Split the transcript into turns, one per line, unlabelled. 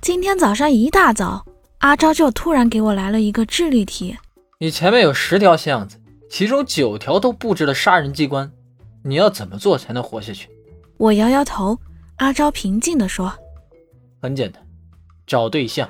今天早上一大早，阿昭就突然给我来了一个智力题。
你前面有十条巷子，其中九条都布置了杀人机关，你要怎么做才能活下去？
我摇摇头，阿昭平静地说
很简单，找对象。